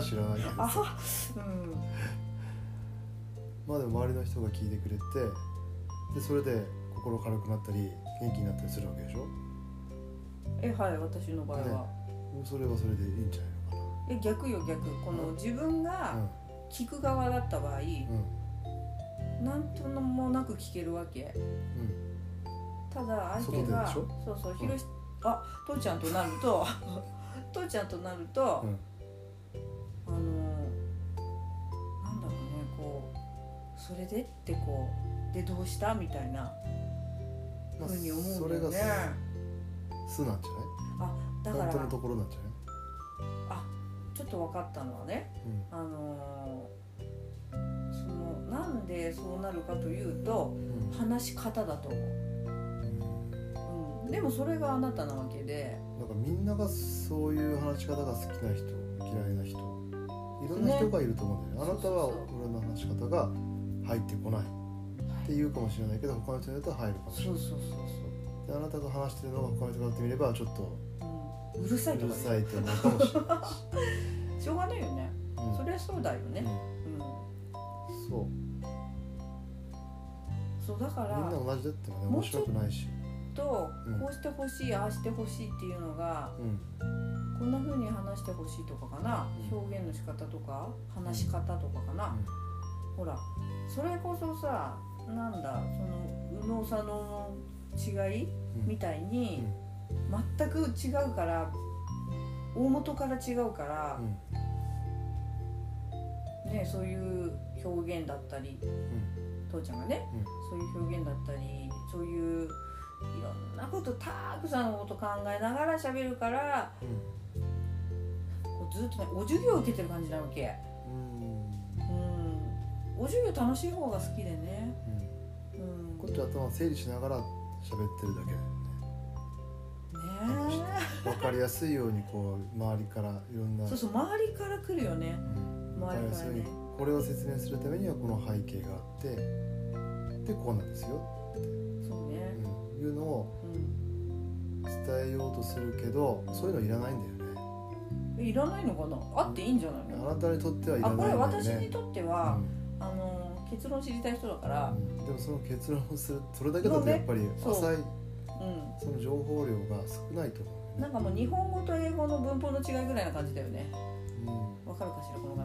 知らないけどあさうんまあでも周りの人が聞いてくれてでそれで心軽くなったり元気になったりするわけでしょえはい私の場合は、それはそれでいいんじゃないのかえ逆よ逆この自分なが聞く側だった場合、うんうんなんともなく聞けるわけうんただ相手が外ででそうそううんひろし、あ父ちゃんとなると 父ちゃんとなると、うんあのなんだろうねこうそれでってこうでどうしたみたいなまあふうに思うんそだれよがね素なんじゃないだか本ら当のところなんじゃないちょっと分かったのはねうんあのーそのなんでそうなるかというと話し方だとうん思う、うん、でもそれがあなたなわけでなんかみんながそういう話し方が好きな人嫌いな人いろんな人がいると思うんだよねあなたはそうそう俺の話し方が入ってこないって言うかもしれないけど他の人によっては入るかもしれそうそうそうないであなたが話してるのが他の人がやってみればちょっとそう、うん、うるさいうとるかさいって思うかもしれないし、しょうがないよねうんそりゃそうだよね、うん、うんそうそうだかみんな同らじだってもねも面うちょ白っとくないしとうんこうしてほしいああしてほしいっていうのがうんこんな風に話してほしいとかかな、うん表現の仕方とか話し方とかかな、ほらそれこそさなんだその右脳左脳の違いうんみたいに、全く違うから大元から違うからう、んね、そういう表現だったり、父ちゃんがね、うんそういう表現だったりそういういろんなことたくさんのこと考えながら喋るからこうずっとねお授業を受けてる感じなわけうんうんお授業楽しい方が好きでねうんうんこっちは頭整理しながら喋ってるだけだよねね分かりやすいようにこう周りからいろんなえそうそう周りから来るよねうんわ周かりやりかすいようらにねこれを説明するためにはこの背景があってでこうなんですよ、そううねん、いうのをう伝んえようとするけどそういうのいらないんだよねえいらないのかなあっていいんじゃないあなのたにとってはいらあないんこだれよね私にとってはう、んあの結論知りたい人だからうんでもその結論をするそれだけだとやっぱりそう浅いうんその情報量が少ないと思うなんね、かもう日本語と英語の文法の違いぐらいな感じだよねうんわかるかしらこの感じ